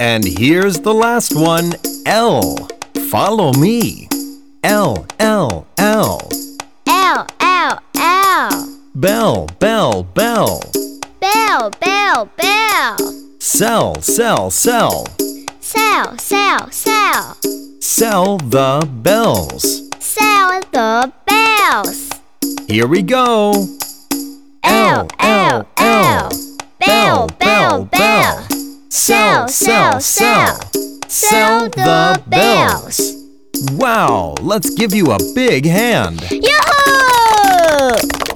And here's the last one L. Follow me. L, L, L. L L L Bell, bell, bell. bell bell bell Sell, sell, sell. sell sell sell Sell the bells. sell the bells Here we go. L L L bell bell bell Sell, sell, sell. sell the bells. Wow, let's give you a big hand. Yoo-hoo!